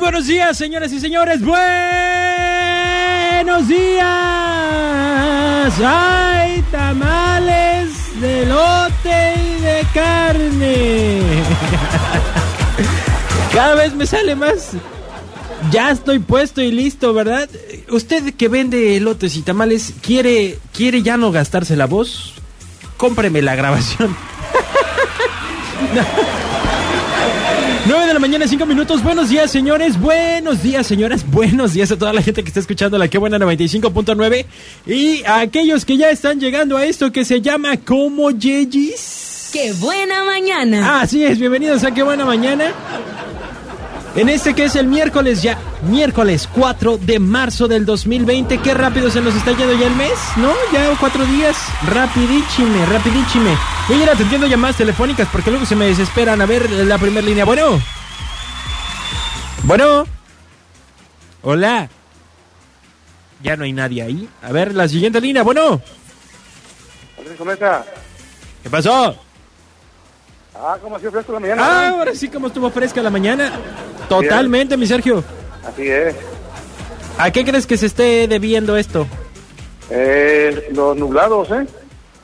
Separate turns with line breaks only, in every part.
buenos días, señoras y señores. Buenos días. Hay tamales de lote y de carne. Cada vez me sale más. Ya estoy puesto y listo, ¿verdad? Usted que vende elotes y tamales, ¿quiere, quiere ya no gastarse la voz? Cómpreme la grabación. 9 de la mañana, 5 minutos. Buenos días, señores. Buenos días, señoras. Buenos días a toda la gente que está escuchando la que buena 95.9. Y a aquellos que ya están llegando a esto que se llama Como Yeyis.
¡Qué buena mañana!
Así es, bienvenidos a Qué buena mañana. En este que es el miércoles ya, miércoles 4 de marzo del 2020. Qué rápido se nos está yendo ya el mes, ¿no? Ya cuatro días. Rapidíchime, rapidíchime. Voy a ir atendiendo llamadas telefónicas porque luego se me desesperan. A ver, la primera línea. Bueno. Bueno. Hola. Ya no hay nadie ahí. A ver, la siguiente línea. Bueno.
Andrés Cometa.
¿Qué pasó?
Ah, como sido fresco la mañana.
Ah,
güey.
ahora sí como estuvo fresca la mañana. Totalmente, mi Sergio.
Así es.
¿A qué crees que se esté debiendo esto?
Eh, los nublados, ¿eh?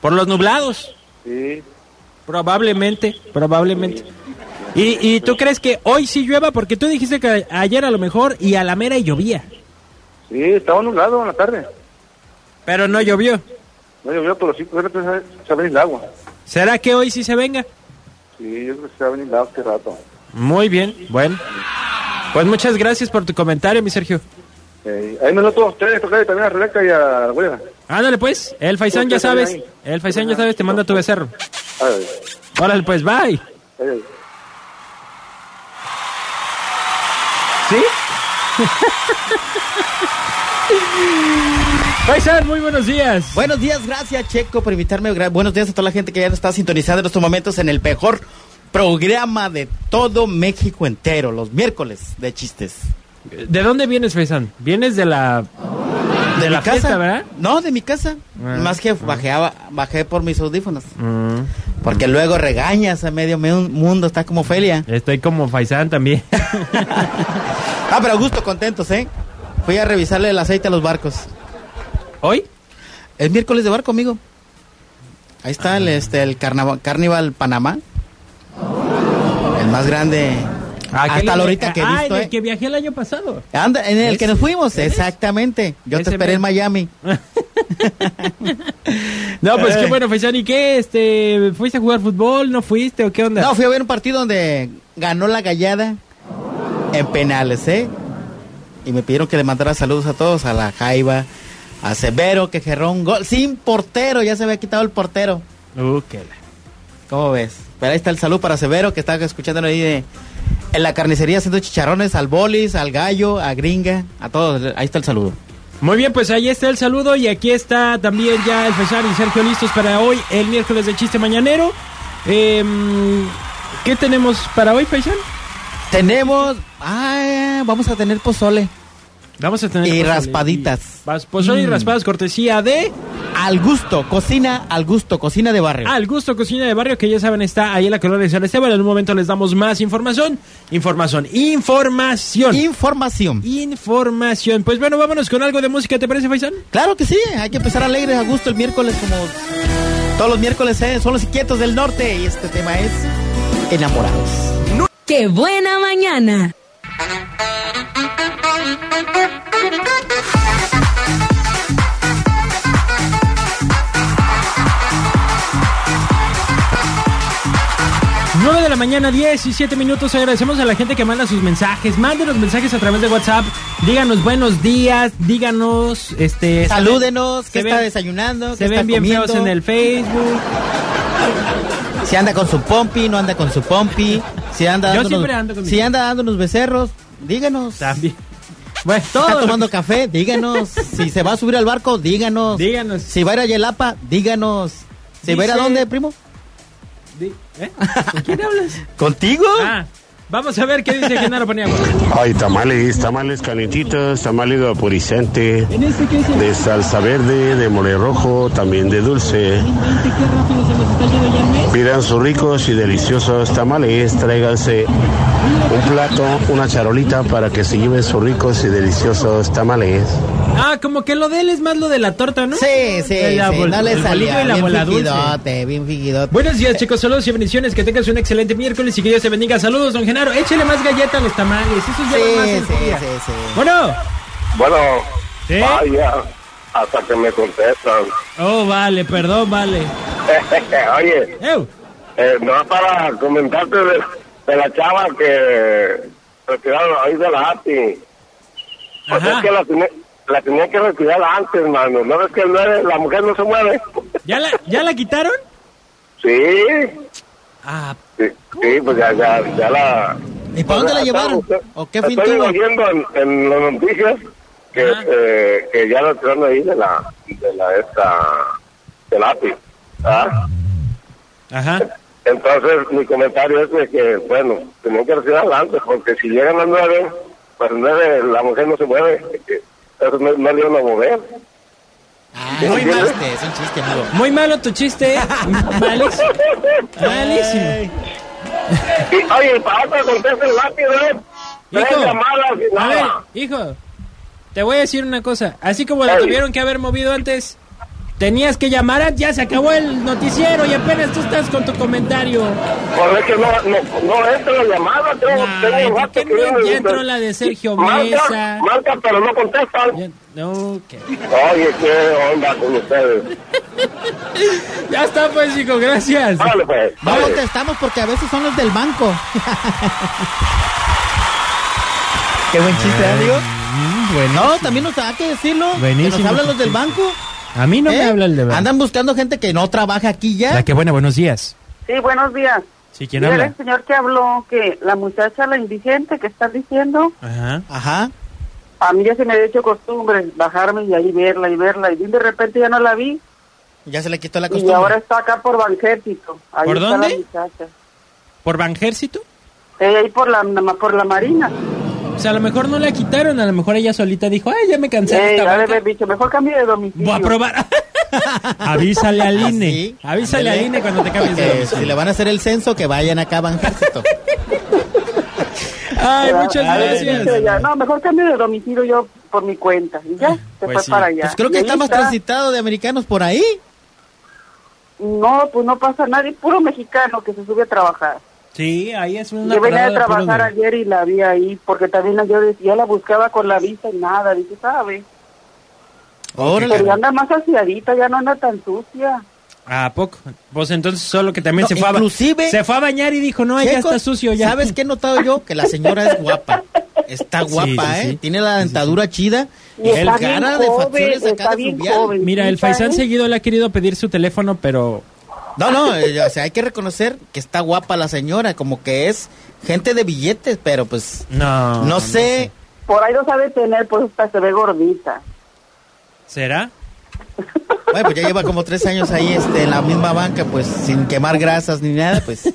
Por los nublados.
Sí.
Probablemente, probablemente. ¿Y, y tú crees que hoy sí llueva? Porque tú dijiste que ayer a lo mejor y a la mera llovía.
Sí, estaba nublado en la tarde.
Pero no llovió.
No llovió, pero sí, pues, de repente se se va a venir el agua.
¿Será que hoy sí se venga?
Sí, yo creo que se va a venir el agua este rato.
Muy bien, bueno. Pues muchas gracias por tu comentario, mi Sergio.
Eh, ahí me lo todos ustedes, tocarle también a Rebeca y a la güera.
Ándale pues, el Faisán ya sabes. El Faisán ya sabes, te manda tu becerro.
A ver,
Órale pues, bye.
a ver.
¿Sí? Faisán, muy buenos días.
Buenos días, gracias Checo por invitarme. Gra- Buenos días a toda la gente que ya está sintonizada en estos momentos en el mejor programa de todo México entero, los miércoles de chistes.
¿De dónde vienes, Faisán? Vienes de la... De la fiesta, ¿verdad?
No, de mi casa.
Ah, Mm.
Más que bajeaba, bajé por mis audífonos. Porque luego regañas a medio mu- mundo, está como Felia.
Estoy como Faisán también.
Ah, pero a gusto, contentos, ¿eh? Fui a revisarle el aceite a los barcos.
¿Hoy?
El miércoles de barco, amigo. Ahí está
Ah.
el, este, el carnaval, Carnival Panamá. El más grande.
Aquel
Hasta
en-
la ahorita que he
Ah,
visto,
en el
eh.
que viajé el año pasado.
Anda, en el que nos
Ese,
fuimos,
¿ves?
exactamente. Yo
Ese
te esperé
mero.
en Miami.
No, pues
Eh.
qué bueno, Faisán. ¿Y qué? Este, ¿Fuiste a jugar fútbol? ¿No fuiste o qué onda?
No, fui a ver un partido donde ganó la gallada en penales, ¿eh? Y me pidieron que le mandara saludos a todos, a la Jaiba, a Severo, que cerró un gol sin portero, ya se había quitado el portero.
Uh, qué la-
¿Cómo ves? Pero ahí está el salud para Severo, que está escuchándolo ahí de, en la carnicería haciendo chicharrones al bolis, al gallo, a gringa, a todos. Ahí está el saludo.
Muy bien, pues ahí está el saludo y aquí está también ya el Faisán y Sergio listos para hoy, el miércoles de Chiste Mañanero. Em, ¿Qué tenemos para hoy, Faisán?
Tenemos. Ah, vamos a tener pozole.
Vamos a tener...
Y
pozole.
raspaditas.
Vas- Pozole y
Mm.
raspadas, cortesía de...
Al gusto, cocina al gusto, cocina de barrio.
Eh. Al gusto cocina de barrio que ya saben está ahí en la colonia de San Esteban. En un momento les damos más información, información, información,
Información.
información. Pues bueno, vámonos con algo de música, ¿te parece, Faisán?
Claro que sí, hay que empezar alegres a gusto el miércoles, como todos los miércoles ¿eh? son los inquietos del norte. Y este tema es Enamorados.
¡Qué buena mañana!
Nueve de la mañana, 17 minutos. Agradecemos a la gente que manda sus mensajes. Mándenos mensajes a través de WhatsApp. Díganos buenos días, díganos este
Salúdenos,
se
que está
ven-
desayunando, que
se
está
ven bien
comiendo,
feos en el Facebook.
si anda con su pompi, no anda con su pompi, si anda
Yo
dándonos,
siempre ando con mi-
si anda dándonos becerros, díganos.
También. Bueno,
Está
todo lo
tomando café, díganos. si se va a subir al barco, díganos.
Díganos.
Si va a ir a Yelapa, díganos. Si va a ir a
Dice-
dónde, primo?
que- Di- ¿Eh? ¿Con quién hablas?
¿Contigo?
Ah, vamos a ver qué dice Genaro Paniagua.
Ay, tamales, tamales calentitos, tamales de apurizante,
En este que es el
de salsa verde, de mole rojo, también de dulce.
qué rápido se nos está yendo ya el mes.
Pidan sus ricos y deliciosos tamales, tráiganse un plato, una charolita para que se lleve sus ricos y deliciosos tamales.
Ah, como que lo de él es más lo de la torta, ¿no?
Sí, sí,
De la
sí,
bol-
no le
el bolillo
salió.
y la bola
bien
dulce.
fingidote, bien fingidote.
Buenos días, chicos. Saludos y bendiciones. Que tengas un excelente miércoles y que Dios te bendiga. Saludos, don Genaro. Échele más galleta a los tamales. Eso
Sí,
ya es más
sí,
el día.
sí, sí.
Bueno.
Bueno,
¿Sí?
vaya, hasta que me contestan.
Oh, vale, perdón, vale.
Oye,
Eu.
eh, no para comentarte de, de la chava que retiraron ahí de la ATI. Pues
Ajá.
es que la, tenía- la tenía que retirar antes, mano. ¿No ves que el nueve- la mujer no se mueve?
¿Ya la, ¿Ya la quitaron?
sí,
Ah,
sí, sí, pues ya, ya, ya la...
¿Y para dónde la llevaron? ¿O qué fin
Estoy
tuvo?
oyendo en, en las noticias que,
Ajá.
eh, que ya lo tiraron ahí de la, de la esta, del API. ¿ah?
ajá.
Entonces, mi comentario es de que, bueno, tenían que retirar antes, porque si llegan a nueve, pues nueve la mujer no se mueve. Eso no, no le iban a mover.
Ah, es un chiste, es un chiste, amigo.
Muy malo tu chiste. ¿eh? Malísimo. Malísimo.
Y, oye, para otra contesta el lápiz, ¿eh? Tres
Hijo,
llamadas y
a ver,
nada.
hijo, te voy a decir una cosa. Así como lo
Ey.
tuvieron que haber movido antes, tenías que llamar, ah, ya se acabó el noticiero y apenas tú estás con tu comentario.
Pues es que no, no, no entra la llamada, tengo,
Ay,
tengo
¿por
un rato
qué no?
queriendo-
Ya entró la de Sergio Mesa.
Marca, marca, pero no contestan.
Ya- No, que-
Oye, qué onda con ustedes.
Ya está pues, hijo, gracias.
Vale, pues.
No
vale.
contestamos porque a veces son los del banco. Qué buen chiste, amigo.
Mm,
No, también nos hay que decirlo. Que
Buenísimo
nos hablan
tu
los del
chiste.
banco.
A mí no
¿eh?
me habla el de verdad.
Andan buscando gente que no trabaja aquí ya.
La que buena, buenos días.
Sí, buenos días.
Sí, ¿quién
Yo era
habla?
el señor que habló que la muchacha, la indigente que están diciendo,
Ajá.
Ajá.
a mí ya se me había hecho costumbre bajarme y ahí verla y verla y de repente ya no la vi
Ya se le quitó la
y
costumbre.
ahora está acá por Banjército. Ahí
¿Por
está
dónde?
la muchacha.
¿Por Banjército?
Eh, ahí por la por la Marina.
O sea, a lo mejor no la quitaron, a lo mejor ella solita dijo, ay, ya me cansé de
Eh,
esta
ya le
banca.
había dicho, mejor cambie de domicilio.
Voy a probar. Ah, Avísale al INE.
Sí,
Avísale al
ándele.
INE cuando te cambies de
Eh,
domicilio.
si le van a hacer el censo, que vayan acá a Banjército.
Ay, muchas
Ya le había
gracias.
dicho ella, no, mejor cambie de domicilio yo por mi cuenta. Y ya, se
Pues
fue
sí.
para allá.
Pues creo
Y
que
ahí
está más transitado de americanos por ahí.
No, pues no pasa nadie, puro mexicano que se sube a trabajar.
Sí, ahí es una
Yo venía
parada
de
de puros
trabajar
eh.
güeyes.
ayer y la vi ahí, porque también ayer ya la buscaba con la vista y nada, dice, ¿sabe? Pero
Órale.
ya anda más aseadita, ya no anda tan sucia.
¿A poco? Pues entonces solo que también
No,
se fue a ba-
inclusive-
Se fue a bañar y dijo, no, ya
Checo,
está sucio ya.
¿Sabes qué he notado yo? Que la señora es guapa. Está
Sí,
guapa,
sí,
¿eh?
sí.
Tiene la dentadura chida.
Y
su
está bien joven,
facciones acá
está
de
bien
fluvial.
joven.
Mira, el
chica,
Faisán
¿eh?
seguido le ha querido pedir su teléfono, pero...
No, no, eh, o sea, hay que reconocer que está guapa la señora, como que es gente de billetes, pero pues
No.
no, sé.
Por ahí no sabe tener, pues hasta se ve gordita.
¿Será?
Bueno, pues ya lleva como tres años ahí este, en la misma banca, pues sin quemar grasas ni nada, pues.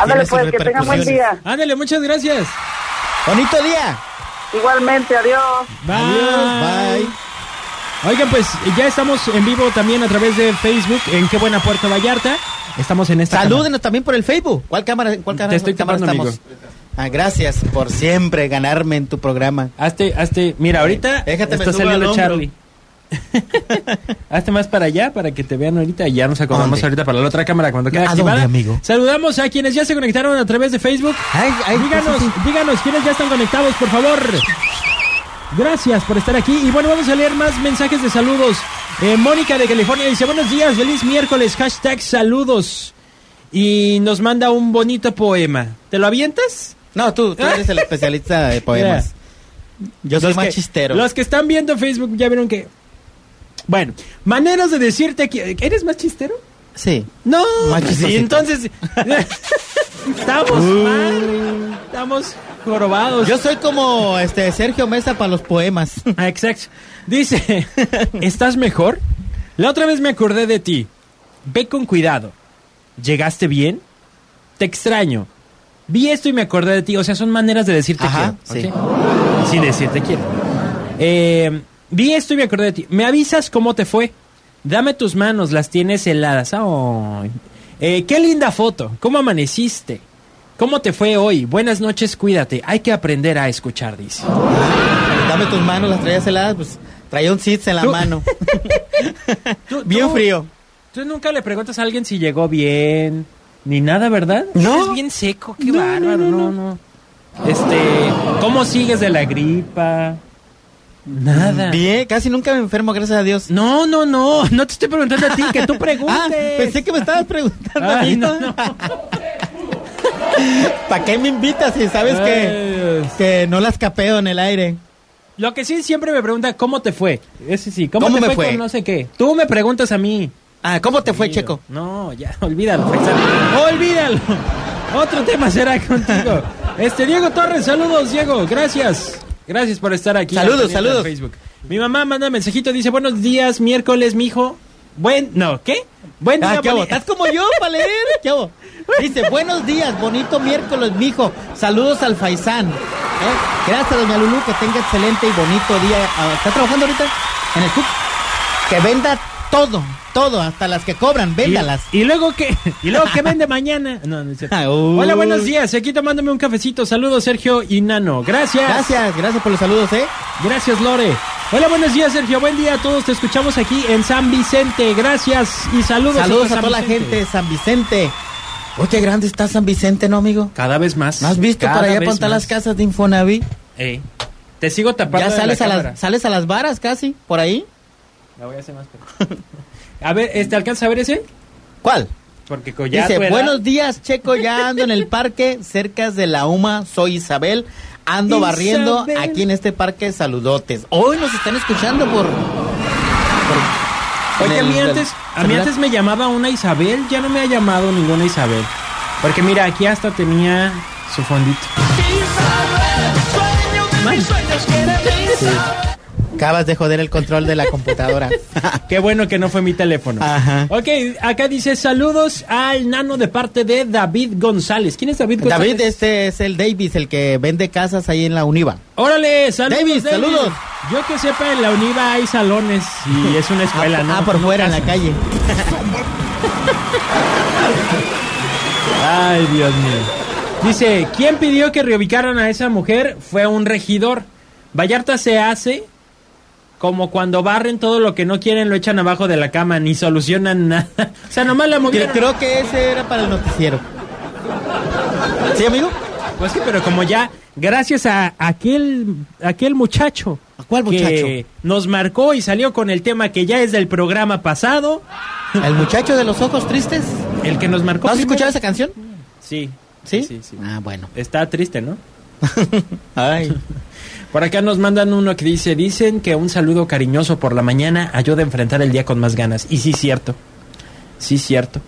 Ándale
sus
pues, que tenga buen
repercusiones.
día.
Ándale, muchas gracias.
Bonito día.
Igualmente, adiós.
Bye.
Adiós, bye.
Oigan, pues ya estamos en vivo también a través de Facebook en Qué Buena Puerto Vallarta. Estamos en esta...
Salúdenos también por el Facebook. ¿Cuál cámara, en cuál
Te
cámara,
estoy
cámara
tapando,
estamos? Ah, gracias por siempre ganarme en tu programa.
Hazte, hazte, mira, ahorita
Déjate, me
está
subo al
saliendo
hombro.
Charlie. hazte más para allá para que te vean ahorita. Ya nos acomodamos
¿Dónde?
ahorita para la otra cámara cuando quede
¿A
activada.
dónde, amigo?
Saludamos a quienes ya se conectaron a través de Facebook.
Ay, ay,
díganos,
pues, sí.
díganos quiénes ya están conectados, por favor. Gracias por estar aquí. Y bueno, vamos a leer más mensajes de saludos. Eh, Mónica de California dice, buenos días, feliz miércoles, hashtag saludos. Y nos manda un bonito poema. ¿Te lo avientas?
No, tú, tú eres el especialista de poemas. Yo soy más
que-
chistero.
Los que están viendo Facebook ya vieron que. Bueno, maneras de decirte que. ¿Eres más chistero?
Sí.
No.
Más
pues,
chistosito.
y entonces. estamos mal. Estamos jorobados.
Yo soy como este Sergio Mesa para los poemas.
Ah, Exacto. Dice: ¿Estás mejor? La otra vez me acordé de ti. Ve con cuidado. ¿Llegaste bien? Te extraño. Vi esto y me acordé de ti. O sea, son maneras de decirte
Ajá,
quiero. ¿ok? Sin decirte quiero. Eh, vi esto y me acordé de ti. Me avisas cómo te fue. Dame tus manos, las tienes heladas. Ay. Eh, qué linda foto. ¿Cómo amaneciste? ¿Cómo te fue hoy? Buenas noches, cuídate. Hay que aprender a escuchar, dice.
Dame tus manos, las traías heladas, pues traía un sitz en la
Tú-
mano.
Tú-
Bien
tú-
frío.
Tú nunca le preguntas a alguien si llegó bien, ni nada, ¿verdad?
No.
Es bien seco, qué bárbaro, no no, Este, ¿cómo sigues de la gripa? Nada.
Bien, casi nunca me enfermo, gracias a Dios.
No, no, no, no te estoy preguntando a ti, que tú preguntes.
Ah, pensé que me estabas preguntando a
Ay,
mí.
no, no.
¿Para qué me invitas si sabes que,
Ay, Dios.
que no las capeo en el aire?
Lo que sí siempre me pregunta, ¿cómo te fue? Ese sí, ¿cómo,
¿Cómo
te
me
fue,
fue?
con no sé qué? Tú me preguntas a mí.
Ah, ¿cómo te fue,
Olvido.
Checo?
No, ya, olvídalo, paisano. Olvídalo. Otro tema será contigo. Este, Diego Torres, saludos, Diego. Gracias. Gracias por estar aquí.
Saludos,
Al pendiente
saludos.
de Facebook. Mi mamá manda mensajito, dice, buenos días, miércoles, mijo. Buen, no, ¿qué? Buen día,
Ah, ¿qué hago?
boni-
¿Estás como yo para leer? ¿Qué hago? Dice, buenos días, bonito miércoles, mijo. Saludos al Faisán. ¿Eh? Gracias, doña Lulú, que tenga excelente y bonito día. Ah, ¿Está trabajando ahorita en el club? Que venda todo, todo, hasta las que cobran,
Y-
véndalas.
Y, luego que y luego que vende mañana. No, no es cierto.
Ah, uy.
Hola, buenos días. Aquí tomándome un cafecito. Saludos, Sergio y Nano. Gracias.
Gracias, gracias por los saludos, ¿eh?
Gracias, Lore. Hola, buenos días, Sergio. Buen día a todos. Te escuchamos aquí en San Vicente. Gracias y saludos.
Saludos a
San
toda la
Vicente.
gente de San Vicente. Oye, qué grande está San Vicente, ¿no, amigo?
Cada vez más.
¿No has visto
Cada
para allá
vez
apuntar
más.
las casas de Infonavit?
Ey, Te sigo tapando.
Ya
de
sales
la
a,
cámara.
las, sales a las varas casi, por ahí.
La voy a hacer más. pero- a ver, este, ¿alcanza a ver ese?
¿Cuál?
Porque con ya
Dice,
tu edad-
buenos días, Checo, ya ando en el parque, cerca de la UMA, soy Isabel, ando barriendo
Isabel.
aquí en este parque, saludotes. Hoy nos están escuchando por... por-
Oye,
en
a mí,
el-
antes, a mí
celular.
antes me llamaba una Isabel, ya no me ha llamado ninguna Isabel. Porque mira, aquí hasta tenía su fondito.
Acabas de joder el control de la computadora.
Qué bueno que no fue mi teléfono.
Ajá.
Ok, acá dice saludos al nano de parte de David González. ¿Quién es David González?
David, este es el Davis, el que vende casas ahí en la Univa.
Órale, saludos.
David, saludos.
Yo que sepa, en la UNIVA hay salones y es una escuela,
ah,
¿no?
ah, por fuera, en la calle.
Ay, Dios mío. Dice, ¿quién pidió que reubicaran a esa mujer? Fue un regidor. Vallarta se hace como cuando barren todo lo que no quieren, lo echan abajo de la cama, ni solucionan nada. O sea, nomás la
Creo,
movieron.
creo que ese era para el noticiero. ¿Sí, amigo?
Pues sí, pero como ya, gracias a aquel, aquel muchacho.
¿A cuál
Que nos marcó y salió con el tema que ya es del programa pasado.
¿El muchacho de los ojos tristes?
El que nos marcó.
¿No has
primero.
escuchado esa canción?
Sí.
¿Sí?
Sí, sí.
Ah, bueno.
Está triste, ¿no?
Ay.
Por acá nos mandan uno que dice, dicen que un saludo cariñoso por la mañana ayuda a enfrentar el día con más ganas. Y sí, cierto. Sí, cierto.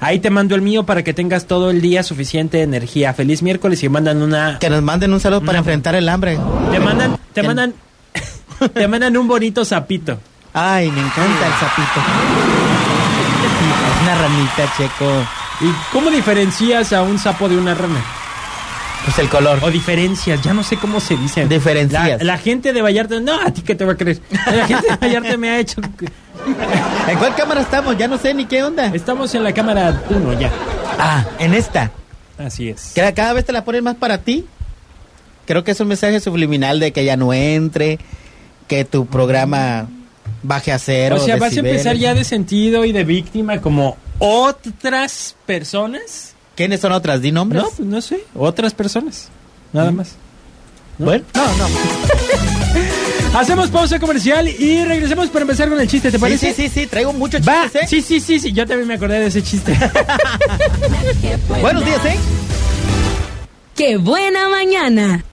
Ahí te mando el mío para que tengas todo el día suficiente de energía. Feliz miércoles y mandan una...
Que nos manden un saludo para
Una-
enfrentar el hambre.
Te mandan, te
¿Qué?
mandan, te mandan un bonito sapito.
Ay, me encanta el sapito. Es una ramita, checo.
¿Y cómo diferencias a un sapo de una rana?
Pues el color.
O diferencias, ya no sé cómo se dicen.
Diferencias.
La, la gente de Vallarta, no, a ti que te va a creer. La gente de Vallarta me ha hecho...
¿En cuál cámara estamos? Ya no sé ni qué onda.
Estamos en la cámara 1 ya.
Ah, en esta.
Así es.
Que la- cada vez te la ponen más para ti. Creo que es un mensaje subliminal de que ya no entre, que tu programa baje a cero.
o sea, vas a
decibeles.
empezar ya de sentido y de víctima como otras personas.
¿Quiénes son otras? ¿Di nombres?
No, pues no sé, otras personas. Nada
Mm.
más. ¿no?
Bueno, ah, no, no.
Hacemos pausa comercial y regresemos para empezar con el chiste, ¿te
Sí,
parece?
sí, sí, sí, traigo mucho
Va,
chistes, ¿eh?
sí, sí, sí, sí, yo también me acordé de ese chiste.
Buenos días, ¿eh?
¡Qué buena mañana!